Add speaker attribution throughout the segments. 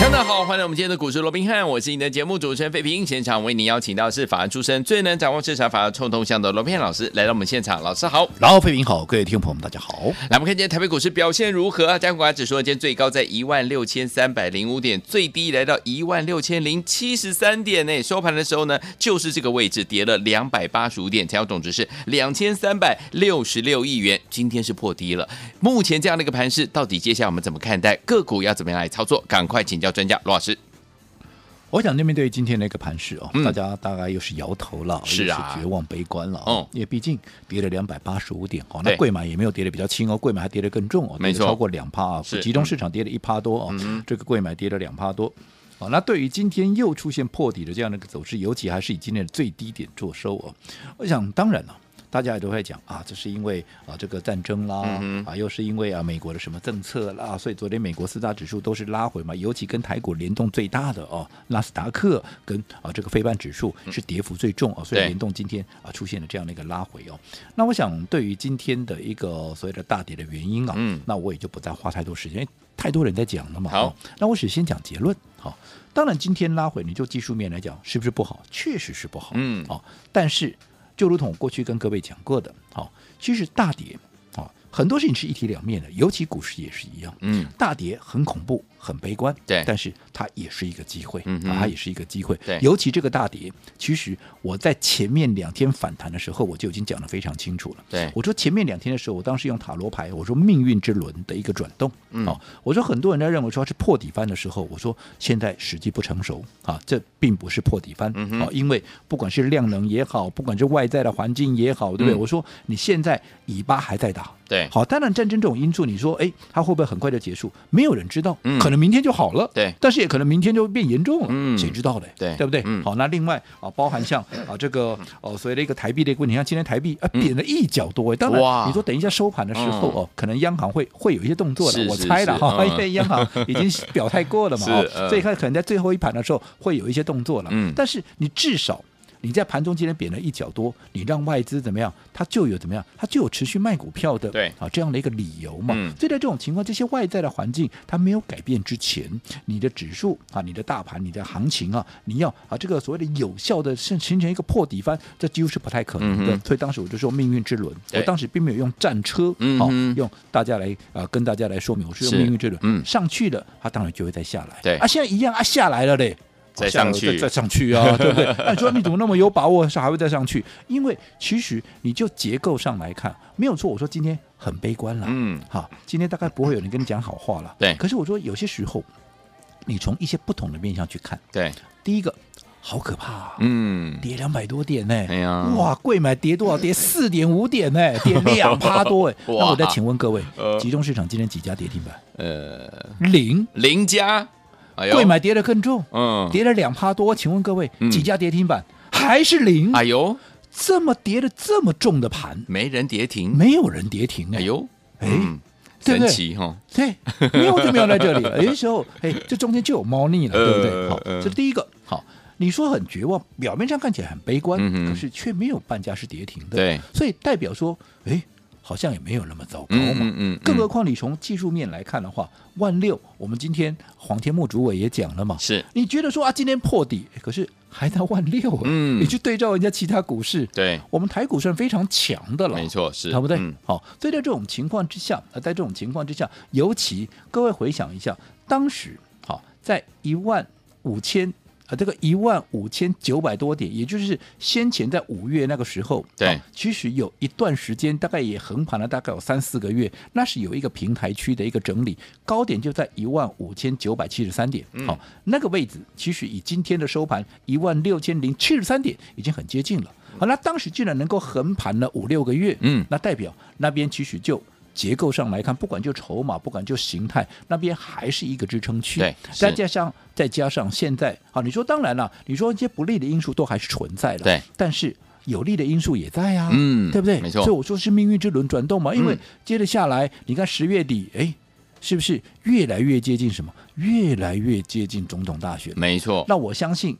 Speaker 1: 大家好，欢迎来我们今天的股市罗宾汉，我是你的节目主持人费平。现场为您邀请到是法案出身、最能掌握市场法案臭动向的罗宾汉老师来到我们现场，老师好。
Speaker 2: 然后，费平好，各位听众朋友们，大家好。
Speaker 1: 来，我们看今天台北股市表现如何啊？加权股价指数呢今天最高在一万六千三百零五点，最低来到一万六千零七十三点呢。收盘的时候呢，就是这个位置，跌了两百八十五点，成交总值是两千三百六十六亿元。今天是破低了。目前这样的一个盘势，到底接下来我们怎么看待个股？要怎么样来操作？赶快请教专家罗老师。
Speaker 2: 我想，面对今天的一个盘势哦，
Speaker 1: 嗯
Speaker 2: 大家大概又是摇头了，
Speaker 1: 是啊
Speaker 2: 又是绝望悲观了
Speaker 1: 嗯
Speaker 2: 哦，因为毕竟跌了两百八十五点哦，
Speaker 1: 对
Speaker 2: 那贵买也没有跌的比较轻哦，贵买还跌得更重哦，
Speaker 1: 没错
Speaker 2: 跌得超过两趴啊
Speaker 1: 是，嗯
Speaker 2: 集中市场跌了一趴多哦，这个贵买跌了两趴多。哦，那对于今天又出现破底的这样的一个走势，尤其还是以今天的最低点做收哦，我想当然了、大家也都在讲啊，这是因为啊这个战争啦，
Speaker 1: 嗯
Speaker 2: 啊又是因为啊美国的什么政策啦，所以昨天美国四大指数都是拉回嘛，尤其跟台股联动最大的哦，纳斯达克跟啊这个非半指数是跌幅最重哦，所以
Speaker 1: 嗯对
Speaker 2: 联动今天啊出现了这样的一个拉回哦。那我想对于今天的一个所谓的大跌的原因啊，
Speaker 1: 嗯
Speaker 2: 那我也就不再花太多时间，因为太多人在讲了嘛。
Speaker 1: 好
Speaker 2: 哦，那我只先讲结论。好、当然今天拉回，你就技术面来讲，是不是不好？确实是不好。
Speaker 1: 嗯
Speaker 2: 哦，但是就如同我过去跟各位讲过的，好、其实大跌，好、很多事情是一体两面的，尤其股市也是一样。
Speaker 1: 嗯，
Speaker 2: 大跌很恐怖，很悲观，
Speaker 1: 对
Speaker 2: 但是它也是一个机会，
Speaker 1: 嗯哼
Speaker 2: 啊它也是一个机会。
Speaker 1: 对
Speaker 2: 尤其这个大跌，其实我在前面两天反弹的时候，我就已经讲得非常清楚了。
Speaker 1: 对
Speaker 2: 我说前面两天的时候，我当时用塔罗牌，我说命运之轮的一个转动，
Speaker 1: 嗯
Speaker 2: 哦，我说很多人在认为说是破底翻的时候，我说现在时机不成熟啊，这并不是破底翻，
Speaker 1: 嗯哼
Speaker 2: 哦，因为不管是量能也好，不管是外在的环境也好，对不对？
Speaker 1: 嗯
Speaker 2: 我说你现在尾巴还在打，
Speaker 1: 对
Speaker 2: 好，当然战争这种因素，你说，哎，它会不会很快就结束？没有人知道，
Speaker 1: 嗯
Speaker 2: 可能明天就好了，
Speaker 1: 对
Speaker 2: 但是也可能明天就变严重了，
Speaker 1: 嗯
Speaker 2: 谁知道嘞？
Speaker 1: 对
Speaker 2: 对不对？
Speaker 1: 嗯
Speaker 2: 好，那另外啊，包含像啊这个哦，所谓的一个台币的一个问题，像今天台币啊贬了一角多，哎当然
Speaker 1: 嗯哇
Speaker 2: 你说等一下收盘的时候
Speaker 1: 嗯
Speaker 2: 哦，可能央行会会有一些动作的
Speaker 1: 是，
Speaker 2: 我
Speaker 1: 是
Speaker 2: 猜了
Speaker 1: 是
Speaker 2: 哈，
Speaker 1: 嗯
Speaker 2: 因为央行已经表态过了 嘛，
Speaker 1: 是嗯
Speaker 2: 哦所以它可能在最后一盘的时候会有一些动作了
Speaker 1: 嗯，
Speaker 2: 但是你至少。你在盘中今天贬了一角多，你让外资怎么样？它就有怎么样？它就有持续卖股票的
Speaker 1: 对
Speaker 2: 啊这样的一个理由嘛。
Speaker 1: 嗯
Speaker 2: 所以在这种情况，这些外在的环境它没有改变之前，你的指数啊、你的大盘、你的行情啊，你要啊这个所谓的有效的形形成一个破底翻，这几乎是不太可能的。
Speaker 1: 嗯哼
Speaker 2: 所以当时我就说命运之轮，
Speaker 1: 对
Speaker 2: 我当时并没有用战车，
Speaker 1: 嗯
Speaker 2: 好、
Speaker 1: 哼
Speaker 2: 用大家来啊跟大家来说明，我是
Speaker 1: 是
Speaker 2: 用命运之轮，
Speaker 1: 嗯
Speaker 2: 上去了它当然就会再下来，
Speaker 1: 对
Speaker 2: 啊现在一样啊下来了嘞。
Speaker 1: 再
Speaker 2: 好下来
Speaker 1: 上去
Speaker 2: 了再再上 去啊，对不对？那你说你怎么那么有把握是还会再上去？因为其实你就结构上来看，没有错。我说今天很悲观了，
Speaker 1: 嗯，
Speaker 2: 好，今天大概不会有人跟你讲好话了。
Speaker 1: 对
Speaker 2: 可是我说有些时候，你从一些不同的面向去看，
Speaker 1: 对，
Speaker 2: 第一个，好可怕、啊，
Speaker 1: 嗯，
Speaker 2: 跌两百多点呢、
Speaker 1: 哎呀
Speaker 2: 哇，贵买跌多少？跌四点五点呢、 跌两趴多哎、
Speaker 1: 哇
Speaker 2: 那我再请问各位
Speaker 1: 呃，
Speaker 2: 集中市场今天几家跌停板？
Speaker 1: 呃，
Speaker 2: 零。
Speaker 1: 林家，哎呦
Speaker 2: 贵，买跌得更重，
Speaker 1: 嗯，
Speaker 2: 跌了两趴多。请问各位
Speaker 1: 嗯，
Speaker 2: 几家跌停板？还是零？
Speaker 1: 哎呦，
Speaker 2: 这么跌的这么重的盘，
Speaker 1: 没人跌停，
Speaker 2: 没有人跌停哎、
Speaker 1: 哎呦，
Speaker 2: 哎
Speaker 1: 嗯，
Speaker 2: 对
Speaker 1: 神
Speaker 2: 不对
Speaker 1: 奇哈，
Speaker 2: 对，妙就妙在这里。有些时候，哎，这中间就有猫腻了，对不
Speaker 1: 呃
Speaker 2: 对？好，
Speaker 1: 呃
Speaker 2: 这第一个好。你说很绝望，表面上看起来很悲观，
Speaker 1: 嗯哼
Speaker 2: 可是却没有半家是跌停的，
Speaker 1: 对，
Speaker 2: 所以代表说，哎，好像也没有那么糟糕嘛。
Speaker 1: 嗯嗯嗯，
Speaker 2: 更何
Speaker 1: 嗯
Speaker 2: 况你从技术面来看的话，万六，我们今天黄天木主委也讲了嘛，
Speaker 1: 是
Speaker 2: 你觉得说啊，今天破底，哎可是还在万六、啊，
Speaker 1: 嗯
Speaker 2: 你去对照人家其他股市，
Speaker 1: 对，
Speaker 2: 我们台股算非常强的了，
Speaker 1: 没错，是，
Speaker 2: 对不对？
Speaker 1: 嗯
Speaker 2: 好，所以在这种情况之下，呃，在这种情况之下，尤其各位回想一下，当时好在一万五千。啊，这个一万五千九百多点，也就是先前在五月那个时候，
Speaker 1: 对
Speaker 2: 啊其实有一段时间，大概也横盘了，大概有三四个月，那是有一个平台区的一个整理，高点就在一万五千九百七十三点，
Speaker 1: 嗯
Speaker 2: 好、那个位置其实以今天的收盘一万六千零七十三点已经很接近了。好，那当时竟然能够横盘了五六个月，
Speaker 1: 嗯
Speaker 2: 那代表那边其实就结构上来看，不管就筹码，不管就形态，那边还是一个支撑区。
Speaker 1: 对
Speaker 2: 再
Speaker 1: 是
Speaker 2: 加上再加上现在啊，你说当然了，你说一些不利的因素都还是存在的。
Speaker 1: 对，
Speaker 2: 但是。有利的因素也在啊，
Speaker 1: 嗯
Speaker 2: 对不对？
Speaker 1: 没错
Speaker 2: 所以我说是命运之轮转动嘛，因为
Speaker 1: 嗯
Speaker 2: 接着下来，你看十月底，哎，是不是越来越接近什么？越来越接近总统大选。
Speaker 1: 没错，
Speaker 2: 那我相信，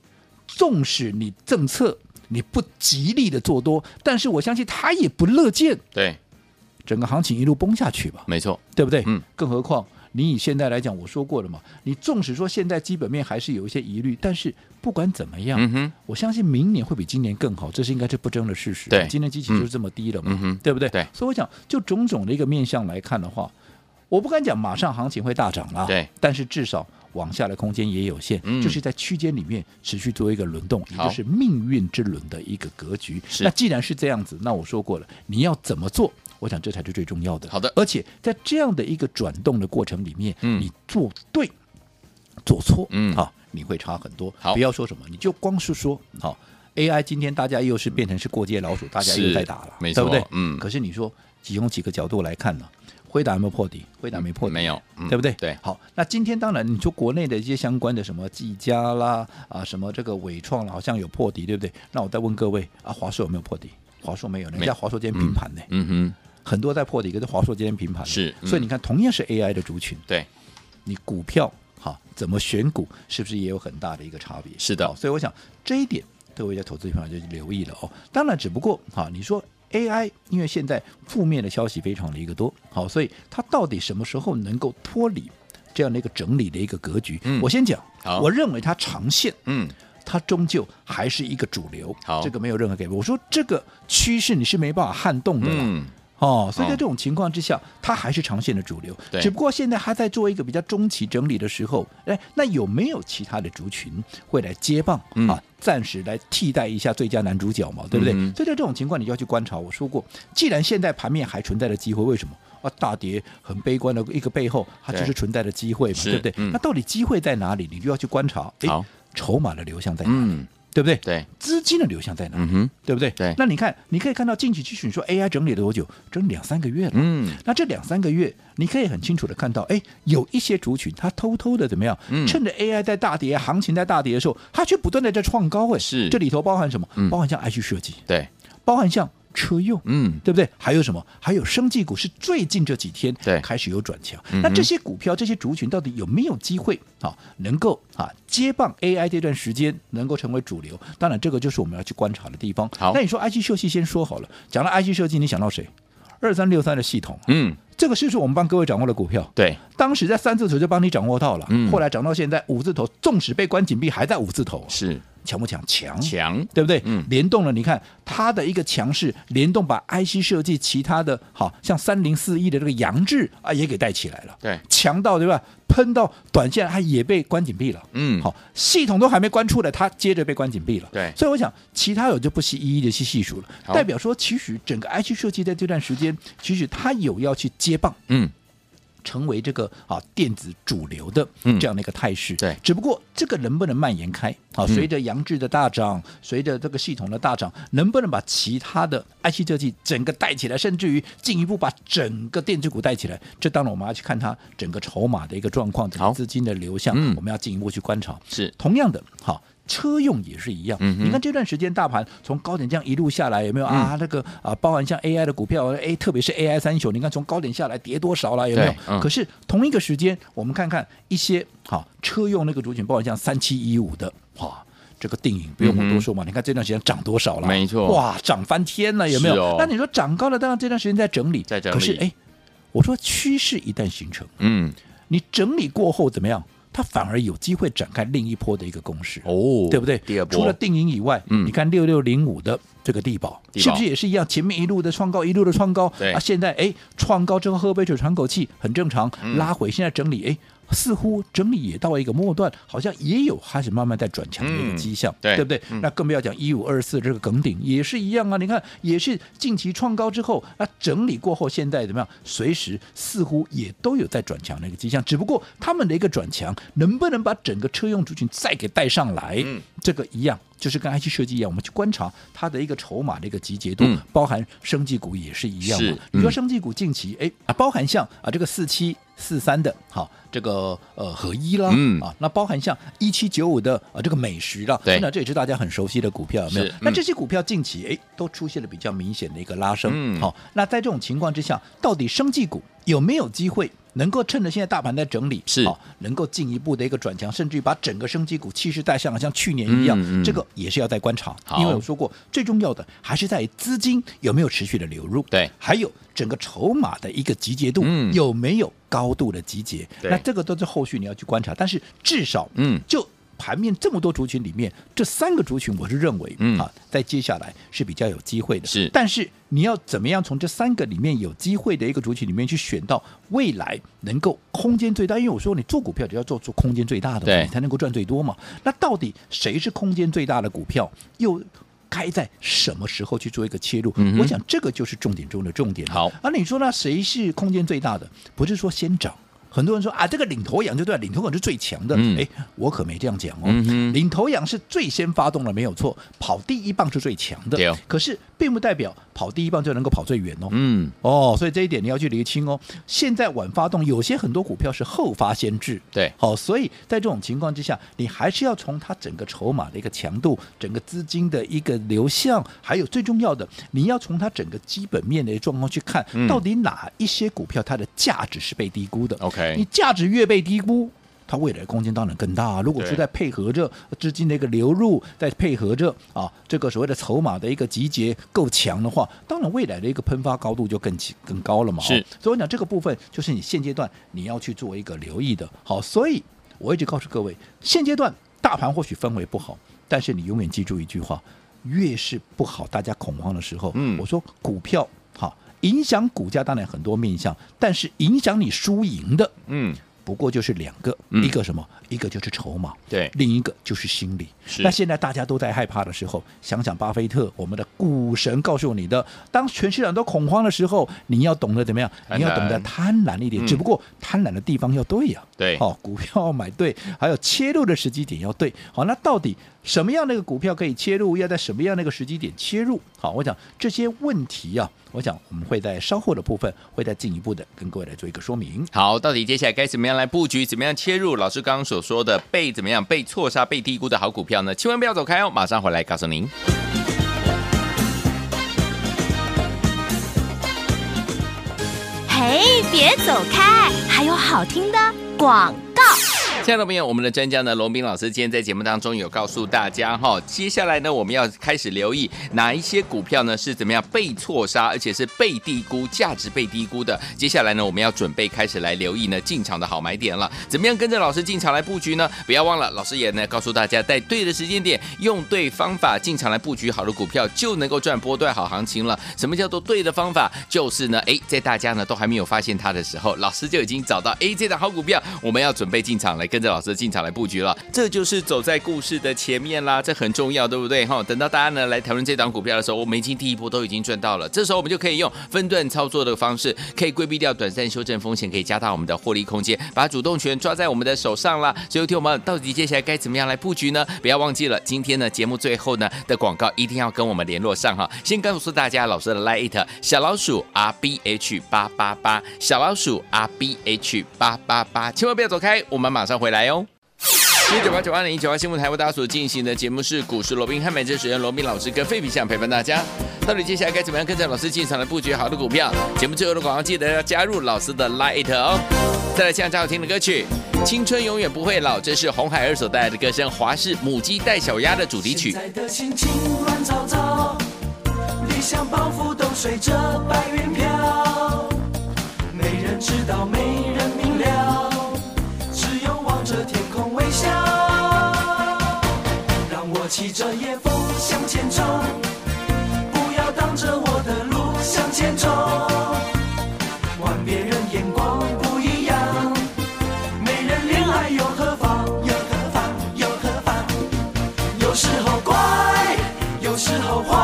Speaker 2: 纵使你政策你不极力的做多，但是我相信他也不乐见
Speaker 1: 对，
Speaker 2: 整个行情一路崩下去吧。
Speaker 1: 没错，
Speaker 2: 对不对？
Speaker 1: 嗯，
Speaker 2: 更何况你以现在来讲，我说过了嘛，你纵使说现在基本面还是有一些疑虑，但是不管怎么样，
Speaker 1: 嗯哼，
Speaker 2: 我相信明年会比今年更好，这是应该是不争的事实。
Speaker 1: 对
Speaker 2: 今年基期就是这么低了嘛，
Speaker 1: 嗯哼
Speaker 2: 对不对？
Speaker 1: 对
Speaker 2: 所以我讲，就种种的一个面向来看的话，我不敢讲马上行情会大涨啦，
Speaker 1: 对，
Speaker 2: 但是至少。往下的空间也有限，
Speaker 1: 嗯
Speaker 2: 就是在区间里面持续做一个轮动，也
Speaker 1: 好
Speaker 2: 就是命运之轮的一个格局。
Speaker 1: 是
Speaker 2: 那既然是这样子，那我说过了，你要怎么做？我想这才是最重要的。
Speaker 1: 好的
Speaker 2: 而且在这样的一个转动的过程里面，
Speaker 1: 嗯
Speaker 2: 你做对做错，
Speaker 1: 嗯
Speaker 2: 啊，你会差很多。
Speaker 1: 好
Speaker 2: 不要说什么，你就光是说好。AI 今天大家又是变成是过街老鼠，大家
Speaker 1: 是
Speaker 2: 又在打了，
Speaker 1: 没
Speaker 2: 对不
Speaker 1: 错
Speaker 2: 对？
Speaker 1: 嗯
Speaker 2: 可是你说，从几个角度来看呢，辉达有没有破底？辉达没破底，
Speaker 1: 没有，嗯
Speaker 2: 对不对？
Speaker 1: 对，
Speaker 2: 好，那今天当然你说国内的一些相关的什么技嘉啦，啊，什么这个伟创啦，好像有破底，对不对？那我再问各位啊，华硕有没有破底？华硕没有，人
Speaker 1: 没
Speaker 2: 家华硕今天平盘呢、
Speaker 1: 嗯哼，
Speaker 2: 很多在破底，可是华硕今天平盘了
Speaker 1: 是嗯
Speaker 2: 所以你看，同样是 AI 的族群，
Speaker 1: 对，
Speaker 2: 你股票哈怎么选股，是不是也有很大的一个差别？
Speaker 1: 是的
Speaker 2: 好所以我想这一点各位在投资朋友就留意了哦。当然，只不过哈，你说 AI，因为现在负面的消息非常的一个多，好，所以它到底什么时候能够脱离这样的一个整理的一个格局？
Speaker 1: 嗯
Speaker 2: 我先讲
Speaker 1: 好，
Speaker 2: 我认为它长线
Speaker 1: 嗯，
Speaker 2: 它终究还是一个主流，
Speaker 1: 好
Speaker 2: 这个没有任何改变。我说这个趋势你是没办法撼动的啦，
Speaker 1: 嗯，
Speaker 2: 哦，所以在
Speaker 1: 哦
Speaker 2: 这种情况之下，它还是长线的主流
Speaker 1: 对。
Speaker 2: 只不过现在它在做一个比较中期整理的时候，哎，那有没有其他的族群会来接棒、
Speaker 1: 嗯
Speaker 2: 啊？暂时来替代一下最佳男主角嘛，对不对？
Speaker 1: 嗯哼
Speaker 2: 所以在这种情况，你就要去观察。我说过，既然现在盘面还存在的机会，为什么？啊，大跌很悲观的一个背后，它就
Speaker 1: 对
Speaker 2: 是存在的机会嘛，
Speaker 1: 是
Speaker 2: 对不对？
Speaker 1: 嗯
Speaker 2: 那到底机会在哪里？你就要去观察，哎
Speaker 1: 好，
Speaker 2: 筹码的流向在哪，
Speaker 1: 嗯，
Speaker 2: 对不对？
Speaker 1: 对，
Speaker 2: 资金的流向在哪里？
Speaker 1: 嗯哼，
Speaker 2: 对不对？
Speaker 1: 对
Speaker 2: 那你看，你可以看到近期期选说 AI 整理了多久？整理两三个月了。
Speaker 1: 嗯，
Speaker 2: 那这两三个月，你可以很清楚的看到，哎，有一些族群它偷偷的怎么样，
Speaker 1: 嗯
Speaker 2: 趁着 AI 在大跌、行情在大跌的时候，它却不断的在创高，哎，
Speaker 1: 是
Speaker 2: 这里头包含什么？
Speaker 1: 嗯
Speaker 2: 包含像 IC 设计，
Speaker 1: 对，
Speaker 2: 包含像车用，
Speaker 1: 嗯，
Speaker 2: 对不对？还有什么？还有生技股是最近这几天
Speaker 1: 对
Speaker 2: 开始有转强。
Speaker 1: 嗯哼
Speaker 2: 那这些股票、这些族群到底有没有机会啊，能够啊接棒 AI 这段时间能够成为主流？当然，这个就是我们要去观察的地方。
Speaker 1: 好
Speaker 2: 那你说 IC 设计先说好了，讲到 IC 设计，你想到谁？二三六三的系统，
Speaker 1: 嗯，
Speaker 2: 这个是不是我们帮各位掌握的股票？
Speaker 1: 对，
Speaker 2: 当时在三字头就帮你掌握到了，
Speaker 1: 嗯
Speaker 2: 后来涨到现在五字头，纵使被关紧闭，还在五字头，
Speaker 1: 是
Speaker 2: 强不强？强，
Speaker 1: 强，
Speaker 2: 对不对？
Speaker 1: 嗯
Speaker 2: 联动了，你看它的一个强势联动，把 IC 设计其他的好像三零四一的这个杨志啊也给带起来了，
Speaker 1: 对，
Speaker 2: 强到对吧？喷到短线它也被关紧闭了。
Speaker 1: 嗯，，
Speaker 2: 好，系统都还没关出来，它接着被关紧闭了。
Speaker 1: 对
Speaker 2: 所以我想，其他我就不惜一一的去细数了。
Speaker 1: 好
Speaker 2: 代表说，其实整个 IC 设计在这段时间，其实它有要去接棒，
Speaker 1: 嗯，
Speaker 2: 成为这个啊电子主流的
Speaker 1: 嗯
Speaker 2: 这样的一个态势。
Speaker 1: 对嗯
Speaker 2: 只不过这个能不能蔓延开啊？随着杨志的大涨，随着这个系统的大涨，能不能把其他的 IC 设计整个带起来，甚至于进一步把整个电子股带起来？这当然我们要去看它整个筹码的一个状况，整
Speaker 1: 好
Speaker 2: 个资金的流向，
Speaker 1: 嗯
Speaker 2: 我们要进一步去观察。
Speaker 1: 是，
Speaker 2: 同样的，好。车用也是一样，
Speaker 1: 嗯哼嗯
Speaker 2: 你看这段时间大盘从高点这样一路下来，有没有啊？那个啊，包含像 AI 的股票，哎，特别是 AI 三雄，你看从高点下来跌多少了，有没有
Speaker 1: 对？嗯
Speaker 2: 可是同一个时间，我们看看一些好车用那个族群，包含像三七一五的，哇。这个电影不用我多说嘛，你看这段时间涨多少了？
Speaker 1: 嗯没错
Speaker 2: 哇，涨翻天了，有没有？
Speaker 1: 是哦
Speaker 2: 那你说涨高了，当然这段时间在整理，
Speaker 1: 在整理
Speaker 2: 可是哎，我说趋势一旦形成，
Speaker 1: 嗯，
Speaker 2: 你整理过后怎么样？它反而有机会展开另一波的一个攻势。
Speaker 1: 哦
Speaker 2: 对不对？
Speaker 1: 第二波，
Speaker 2: 除了定盈以外，
Speaker 1: 嗯
Speaker 2: 你看六六零五的这个地保，
Speaker 1: 地保
Speaker 2: 是不是也是一样？前面一路的创高，一路的创高，
Speaker 1: 对
Speaker 2: 啊，现在哎创高之后喝杯水喘口气，很正常，
Speaker 1: 嗯
Speaker 2: 拉回，现在整理，哎，似乎整理也到一个末段，好像也有开始慢慢在转强的一
Speaker 1: 嗯
Speaker 2: 个迹象，
Speaker 1: 对
Speaker 2: 不对？那更不要讲一五二四这个梗顶也是一样啊，你看也是近期创高之后啊，整理过后，现在怎么样？随时似乎也都有在转强的一个迹象，只不过他们的一个转强能不能把整个车用族群再给带上来？
Speaker 1: 嗯
Speaker 2: 这个一样，就是跟 IC 设计一样，我们去观察它的一个筹码的一个集结度，
Speaker 1: 嗯
Speaker 2: 包含生技股也是一样
Speaker 1: 是
Speaker 2: 嘛
Speaker 1: 嗯。
Speaker 2: 你说生技股近期，哎、啊，包含像啊这个四七。四三的，好，这个呃合一啦，
Speaker 1: 嗯
Speaker 2: 啊，那包含像一七九五的啊这个美食啦，
Speaker 1: 对
Speaker 2: 那这也是大家很熟悉的股票，有没有
Speaker 1: 是？
Speaker 2: 那
Speaker 1: 嗯
Speaker 2: 这些股票近期哎都出现了比较明显的一个拉升，
Speaker 1: 嗯
Speaker 2: 好、那在这种情况之下，到底生技股有没有机会能够趁着现在大盘在整理，
Speaker 1: 是
Speaker 2: 好、能够进一步的一个转强，甚至于把整个生技股气势带上来，像去年一样，
Speaker 1: 嗯嗯
Speaker 2: 这个也是要再观察。
Speaker 1: 好
Speaker 2: 因为我说过，最重要的还是在于资金有没有持续的流入，
Speaker 1: 对
Speaker 2: 还有整个筹码的一个集结度、
Speaker 1: 嗯
Speaker 2: 有没有高度的集结，
Speaker 1: 对
Speaker 2: 那这个都是后续你要去观察，但是至少
Speaker 1: 嗯
Speaker 2: 就。盘面这么多族群里面，这三个族群我是认为、
Speaker 1: 嗯
Speaker 2: 啊，在接下来是比较有机会的。
Speaker 1: 是
Speaker 2: 但是你要怎么样从这三个里面有机会的一个族群里面去选到未来能够空间最大？因为我说你做股票只要做出空间最大的嘛，
Speaker 1: 对
Speaker 2: 你才能够赚最多嘛。那到底谁是空间最大的股票？又该在什么时候去做一个切入？
Speaker 1: 嗯哼
Speaker 2: 我想这个就是重点中的重点了。
Speaker 1: 好
Speaker 2: 啊，你说那谁是空间最大的？不是说先涨。很多人说啊，这个领头羊就对了，领头羊是最强的。
Speaker 1: 嗯
Speaker 2: 哎、我可没这样讲哦。
Speaker 1: 嗯哼
Speaker 2: 领头羊是最先发动了，没有错，跑第一棒是最强的。
Speaker 1: 对哦
Speaker 2: 可是并不代表跑第一棒就能够跑最远哦。
Speaker 1: 嗯，
Speaker 2: 哦，所以这一点你要去厘清哦。现在晚发动，有些很多股票是后发先至，
Speaker 1: 对
Speaker 2: 好、所以在这种情况之下，你还是要从它整个筹码的一个强度、整个资金的一个流向，还有最重要的，你要从它整个基本面的状况去看，
Speaker 1: 嗯
Speaker 2: 到底哪一些股票它的价值是被低估的。
Speaker 1: OK
Speaker 2: 你价值越被低估。它未来空间当然更大、啊。如果
Speaker 1: 对
Speaker 2: 说在配合着资金的一个流入，再配合着啊这个所谓的筹码的一个集结够强的话，当然未来的一个喷发高度就更起更高了嘛。
Speaker 1: 是
Speaker 2: 哦所以我讲这个部分就是你现阶段你要去做一个留意的。好，所以我一直告诉各位，现阶段大盘或许氛围不好，但是你永远记住一句话：越是不好，大家恐慌的时候，
Speaker 1: 嗯
Speaker 2: 我说股票好。影响股价当然很多面向，但是影响你输赢的，
Speaker 1: 嗯，
Speaker 2: 不过就是两个，
Speaker 1: 嗯
Speaker 2: 一个什么？一个就是筹码，
Speaker 1: 对
Speaker 2: 另一个就是心理。
Speaker 1: 是
Speaker 2: 那现在大家都在害怕的时候，想想巴菲特，我们的股神告诉你的，当全市场都恐慌的时候，你要懂得怎么样？
Speaker 1: 贪婪
Speaker 2: 你要懂得贪婪一点，
Speaker 1: 嗯
Speaker 2: 只不过贪婪的地方要对呀、
Speaker 1: 对
Speaker 2: 哦，股票要买对，还有切入的时机点要对。好，那到底什么样的一个股票可以切入？要在什么样的一个时机点切入？好，我讲这些问题啊，我想我们会在稍后的部分会再进一步的跟各位来做一个说明。
Speaker 1: 好，到底接下来该怎么样来布局，怎么样切入？老师刚刚所说的被怎么样被错杀、被低估的好股票呢？千万不要走开哦，马上回来告诉您。
Speaker 3: 嘿，别走开，还有好听的广告。
Speaker 1: 亲爱的朋友，我们的专家呢，龙斌老师今天在节目当中有告诉大家哈，接下来呢，我们要开始留意哪一些股票呢是怎么样被错杀，而且是被低估，价值被低估的。接下来呢，我们要准备开始来留意呢进场的好买点了。怎么样跟着老师进场来布局呢？不要忘了，老师也呢告诉大家，在对的时间点，用对方法进场来布局好的股票，就能够赚波段好行情了。什么叫做对的方法？就是呢，哎，在大家呢都还没有发现它的时候，老师就已经找到哎这档好股票，我们要准备进场来跟着老师进场来布局了。这就是走在故事的前面啦，这很重要，对不对？哈，等到大家呢来讨论这档股票的时候，我们已经第一波都已经赚到了，这时候我们就可以用分段操作的方式，可以规避掉短暂修正风险，可以加大我们的获利空间，把主动权抓在我们的手上啦。所以，听我们到底接下来该怎么样来布局呢？不要忘记了，今天呢节目最后呢的广告一定要跟我们联络上哈。先告诉大家老师的 Lite 小老鼠 R B H 八八八，小老鼠 R B H 八八八，千万不要走开，我们马上回来哦。一九八九二零一九八新闻台为大家所进行的节目是股市罗宾汉美这主持人罗宾老师跟费比相陪伴大家。到底接下来该怎么样跟着老师进场来布局好的股票？节目最后的广告记得要加入老师的 Light 哦。再来向大家听的歌曲《青春永远不会老》，这是红孩儿所带来的歌声《华氏母鸡带小鸭》的主题曲
Speaker 4: 现。在的心情乱糟糟，理想抱负都随着白云飘，没人知道，没人明了，只有望着天空微笑。让我骑着夜风向前冲，不要挡着我的路向前冲。管别人眼光不一样，没人恋爱又何妨？又何妨？又何妨？有时候乖，有时候坏，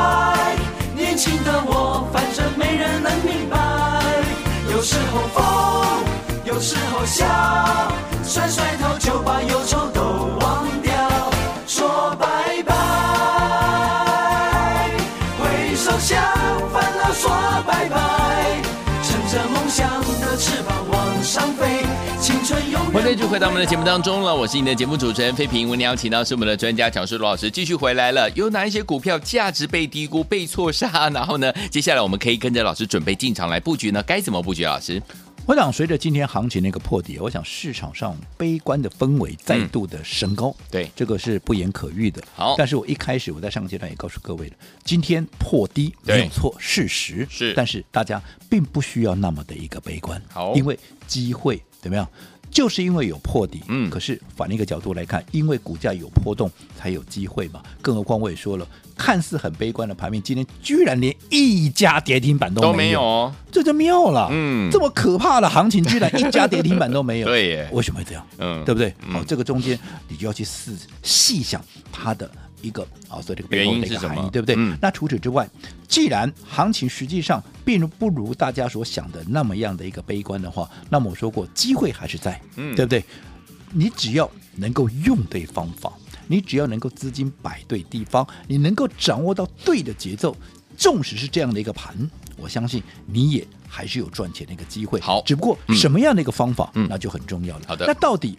Speaker 4: 年轻的我，反正没人能明白。有时候疯，有时候笑，甩甩头就把忧愁都忘掉，说拜翅膀往上飞，青春永远。
Speaker 1: 欢迎继续回到我们的节目当中了，我是你的节目主持人飞平。我们邀请到是我们的专家讲师罗老师，继续回来了。有哪一些股票价值被低估、被错杀？然后呢，接下来我们可以跟着老师准备进场来布局呢？该怎么布局？老师，
Speaker 2: 我想随着今天行情的一个破底，我想市场上悲观的氛围再度的升高，
Speaker 1: 嗯对
Speaker 2: 这个是不言可喻的。
Speaker 1: 好
Speaker 2: 但是我一开始我在上个阶段也告诉各位了，今天破低
Speaker 1: 对
Speaker 2: 没有错，事实
Speaker 1: 是
Speaker 2: 但是大家并不需要那么的一个悲观，
Speaker 1: 好
Speaker 2: 因为机会怎么样？就是因为有破底，
Speaker 1: 嗯
Speaker 2: 可是反一个角度来看，因为股价有波动才有机会嘛。更何况我也说了，看似很悲观的盘面，今天居然连一家跌停板
Speaker 1: 都
Speaker 2: 都
Speaker 1: 没
Speaker 2: 没
Speaker 1: 有
Speaker 2: 有，
Speaker 1: 哦，
Speaker 2: 这就妙了。
Speaker 1: 嗯
Speaker 2: 这么可怕的行情，居然一家跌停板都没 有。
Speaker 1: 对耶
Speaker 2: 为什么会这样？
Speaker 1: 嗯
Speaker 2: 对不对？
Speaker 1: 嗯
Speaker 2: 好，这个中间你就要去细细想它的一个啊，所以这个背
Speaker 1: 原
Speaker 2: 后
Speaker 1: 因
Speaker 2: 的一
Speaker 1: 是
Speaker 2: 个
Speaker 1: 什么
Speaker 2: 含义，对不对
Speaker 1: 嗯？
Speaker 2: 那除此之外，既然行情实际上并不如大家所想的那么样的一个悲观的话，那么我说过，机会还是在，
Speaker 1: 嗯
Speaker 2: 对不对？你只要能够用对方法，你只要能够资金摆对地方，你能够掌握到对的节奏，纵使是这样的一个盘，我相信你也还是有赚钱的一个机会。
Speaker 1: 好
Speaker 2: 只不过
Speaker 1: 嗯
Speaker 2: 什么样的一个方法，
Speaker 1: 嗯
Speaker 2: 那就很重要了。
Speaker 1: 好的
Speaker 2: 那到底？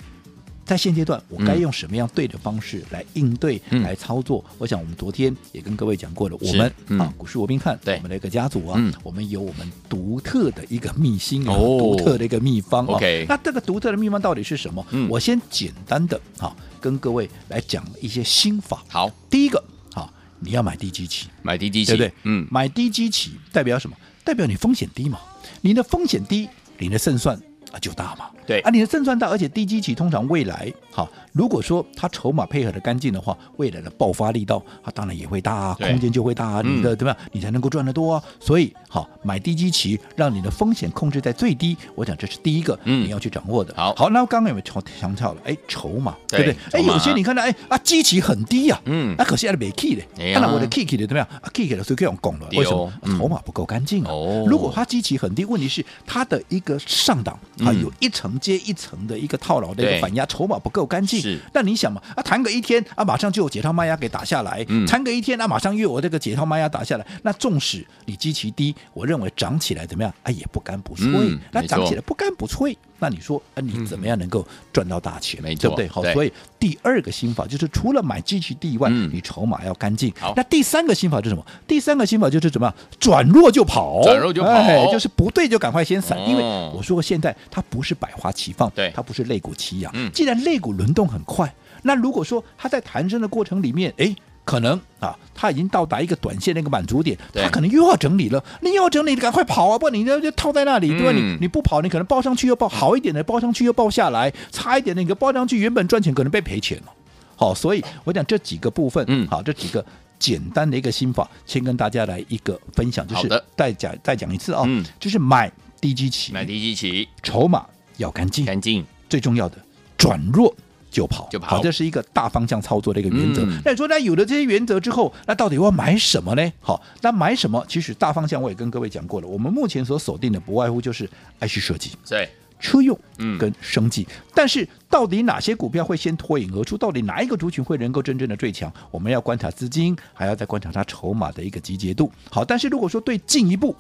Speaker 2: 在现阶段，我该用什么样对的方式来应对、
Speaker 1: 嗯
Speaker 2: 来操作？我想我们昨天也跟各位讲过了，我
Speaker 1: 是
Speaker 2: 们、
Speaker 1: 嗯
Speaker 2: 啊，股市罗宾汉，
Speaker 1: 对
Speaker 2: 我们的一个家族啊，
Speaker 1: 嗯
Speaker 2: 我们有我们独特的一个秘辛啊，
Speaker 1: 哦
Speaker 2: 独特的一个秘方啊。
Speaker 1: OK
Speaker 2: 那这个独特的秘方到底是什么？
Speaker 1: 嗯
Speaker 2: 我先简单的啊，跟各位来讲一些心法。
Speaker 1: 好，
Speaker 2: 第一个啊，你要买低基期，
Speaker 1: 买低低
Speaker 2: 对
Speaker 1: 期，
Speaker 2: 不对？
Speaker 1: 嗯，
Speaker 2: 买低基期代表什么？代表你风险低嘛，你的风险低，你的胜算啊就大嘛。
Speaker 1: 对
Speaker 2: 啊，你的胜算大，而且低基期通常未来哈，如果说它筹码配合的干净的话，未来的爆发力道它当然也会大啊，
Speaker 1: 对
Speaker 2: 空间就会大啊，
Speaker 1: 嗯
Speaker 2: 你的对吧？你才能够赚得多啊。所以好，买低基期，让你的风险控制在最低，我想这是第一个
Speaker 1: 嗯
Speaker 2: 你要去掌握的。
Speaker 1: 好
Speaker 2: 好，那刚刚有没有强强调了？哎，筹码对不
Speaker 1: 对
Speaker 2: 对？哎，
Speaker 1: 筹码
Speaker 2: 有些你看到哎啊，基期很低呀，
Speaker 1: 嗯
Speaker 2: 啊，可是还没 key 嘞，
Speaker 1: 哎呀
Speaker 2: 啊那我的 key 的怎么样？啊，key 的所以可以用拱了，
Speaker 1: 对哦
Speaker 2: 为什么？
Speaker 1: 嗯
Speaker 2: 筹码不够干净啊
Speaker 1: 哦。
Speaker 2: 如果它基期很低，问题是它的一个上档啊，
Speaker 1: 嗯
Speaker 2: 有一层接一层的一个套牢的一
Speaker 1: 对
Speaker 2: 个反压，筹码不够干
Speaker 1: 是
Speaker 2: 净。那你想嘛，啊，谈个一天啊，马上就有解套卖压给打下来
Speaker 1: 嗯，
Speaker 2: 谈个一天啊，马上又有这个解套卖压打下来。那纵使你基期低，我认为涨起来怎么样啊，也不干不脆
Speaker 1: 嗯。
Speaker 2: 那
Speaker 1: 没错
Speaker 2: 涨起来不干不脆，那你说啊，你怎么样能够赚到大钱？
Speaker 1: 没错
Speaker 2: 对不对？好，
Speaker 1: 对
Speaker 2: 所以第二个心法就是除了买基期低以外，
Speaker 1: 嗯
Speaker 2: 你筹码要干净
Speaker 1: 好。
Speaker 2: 那第三个心法是什么？第三个心法就是怎么样？转弱就跑，
Speaker 1: 转弱就跑
Speaker 2: 哎就是不对就赶快先散。
Speaker 1: 哦
Speaker 2: 因为我说过，现在它不是百花齐放，
Speaker 1: 对
Speaker 2: 它不是肋骨齐扬
Speaker 1: 嗯。
Speaker 2: 既然肋骨轮动很快，那如果说它在弹升的过程里面，哎。可能啊，它已经到达一个短线的一个满足点，
Speaker 1: 对
Speaker 2: 它可能又要整理了。你又要整理，你赶快跑啊！不然你就就套在那里，对吧？
Speaker 1: 嗯
Speaker 2: 你你不跑，你可能报上去又报好一点的，报上去又报下来，差一点的，你报上去原本赚钱，可能被赔钱了。好，所以我讲这几个部分，
Speaker 1: 嗯
Speaker 2: 好，这几个简单的一个心法，先跟大家来一个分享，就
Speaker 1: 好
Speaker 2: 是
Speaker 1: 的
Speaker 2: 再讲再讲一次啊、
Speaker 1: 嗯
Speaker 2: 就是买低基期，
Speaker 1: 买低基期，
Speaker 2: 筹码要干净，
Speaker 1: 干净，
Speaker 2: 最重要的转弱。就跑，
Speaker 1: 就跑
Speaker 2: 好，这是一个大方向操作的一个原则。
Speaker 1: 嗯
Speaker 2: 那你说，那有了这些原则之后，那到底我要买什么呢？好，那买什么？其实大方向我也跟各位讲过了，我们目前所锁定的不外乎就是 IC 设计，
Speaker 1: 对，
Speaker 2: 车用
Speaker 1: 嗯
Speaker 2: 跟生计。但是到底哪些股票会先脱颖而出？到底哪一个族群会能够真正的最强？我们要观察资金，还要再观察它筹码的一个集结度。好，但是如果说对进一步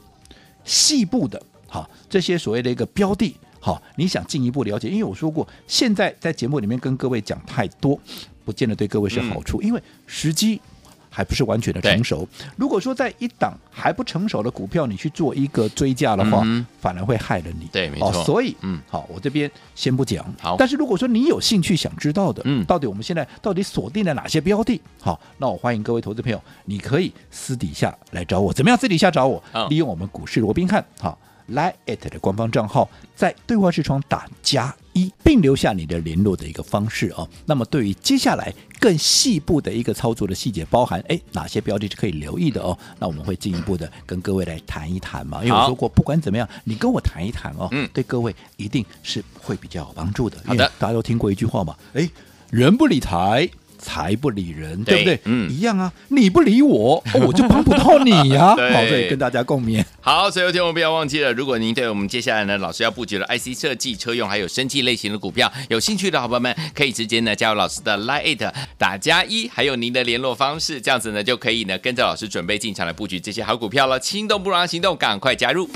Speaker 2: 细部的，好这些所谓的一个标的。好，你想进一步了解？因为我说过，现在在节目里面跟各位讲太多，不见得对各位是好
Speaker 1: 嗯
Speaker 2: 处，因为时机还不是完全的成熟。如果说在一档还不成熟的股票，你去做一个追价的话，
Speaker 1: 嗯哼
Speaker 2: 反而会害了你。
Speaker 1: 对没
Speaker 2: 哦
Speaker 1: 错
Speaker 2: 所以，
Speaker 1: 嗯
Speaker 2: 嗯，好，我这边先不讲。
Speaker 1: 好
Speaker 2: 但是如果说你有兴趣想知道的，
Speaker 1: 嗯
Speaker 2: 到底我们现在到底锁定了哪些标的？好，那我欢迎各位投资朋友，你可以私底下来找我。怎么样？私底下找我，
Speaker 1: 嗯
Speaker 2: 利用我们股市罗宾汉好 Line at 的官方账号，在对话视窗打加一，并留下你的联络的一个方式哦。那么对于接下来更细部的一个操作的细节，包含哎哪些标的是可以留意的哦，那我们会进一步的跟各位来谈一谈嘛。因为
Speaker 1: 好
Speaker 2: 我说过，不管怎么样，你跟我谈一谈哦，
Speaker 1: 嗯
Speaker 2: 对各位一定是会比较有帮助的。
Speaker 1: 好的
Speaker 2: 因为大家都听过一句话嘛，哎，人不理财。财不理人，对不
Speaker 1: 对
Speaker 2: 对？
Speaker 1: 嗯
Speaker 2: 一样啊，你不理我，哦我就帮不到你 呀、
Speaker 1: 对
Speaker 2: 好，所以跟大家共勉。
Speaker 1: 好，所以有听我不要忘记了，如果您对我们接下来呢老师要布局的 IC 设计、车用还有生技类型的股票有兴趣的好朋友们，可以直接呢加入老师的 Line it 打加一，还有您的联络方式，这样子呢就可以呢跟着老师准备进场来布局这些好股票了。心动不如让它行动，赶快加入！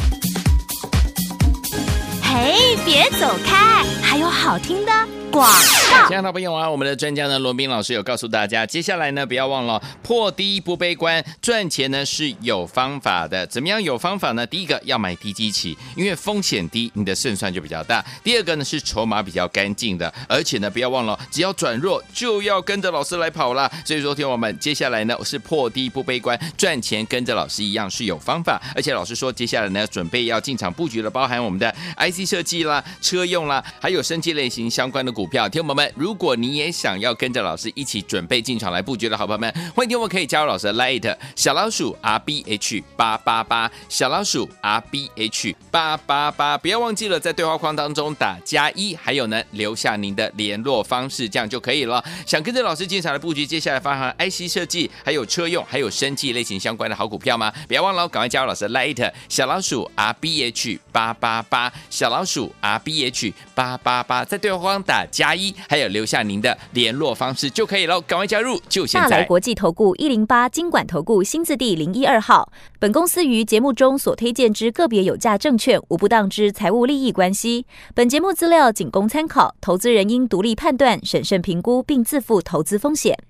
Speaker 3: 嘿，别走开，还有好听的广告。
Speaker 1: 亲爱的朋友啊，我们的专家呢，罗斌老师有告诉大家，接下来呢，不要忘了破低不悲观，赚钱呢是有方法的。怎么样有方法呢？第一个要买低基期，因为风险低，你的胜算就比较大。第二个呢是筹码比较干净的，而且呢，不要忘了，只要转弱就要跟着老师来跑啦。所以说，听我们，接下来呢是破低不悲观，赚钱跟着老师一样是有方法，而且老师说接下来呢准备要进场布局了，包含我们的 IC 设计啦、车用啦，还有升级类型相关的股票。听众朋友们，如果你也想要跟着老师一起准备进场来布局的好朋友们，欢迎听我可以加入老师的 Light 小老鼠 R B H 八八八小老鼠 R B H 八八八，不要忘记了在对话框当中打加一，还有呢留下您的联络方式，这样就可以了。想跟着老师进场的布局，接下来发行 IC 设计，还有车用，还有生技类型相关的好股票吗？不要忘了哦，赶快加入老师的 Light 小老鼠 R B H 八八八小老鼠 R B H 八八八，在对话框打加一，还有留下您的联络方式就可以了，赶快加入，就现
Speaker 5: 大来
Speaker 1: 在。
Speaker 5: 国际投顾一零八金管投顾新字第零一二号。本公司于节目中所推荐之个别有价证券，无不当之财务利益关系。本节目资料仅供参考，投资人应独立判断、审慎评估，并自负投资风险。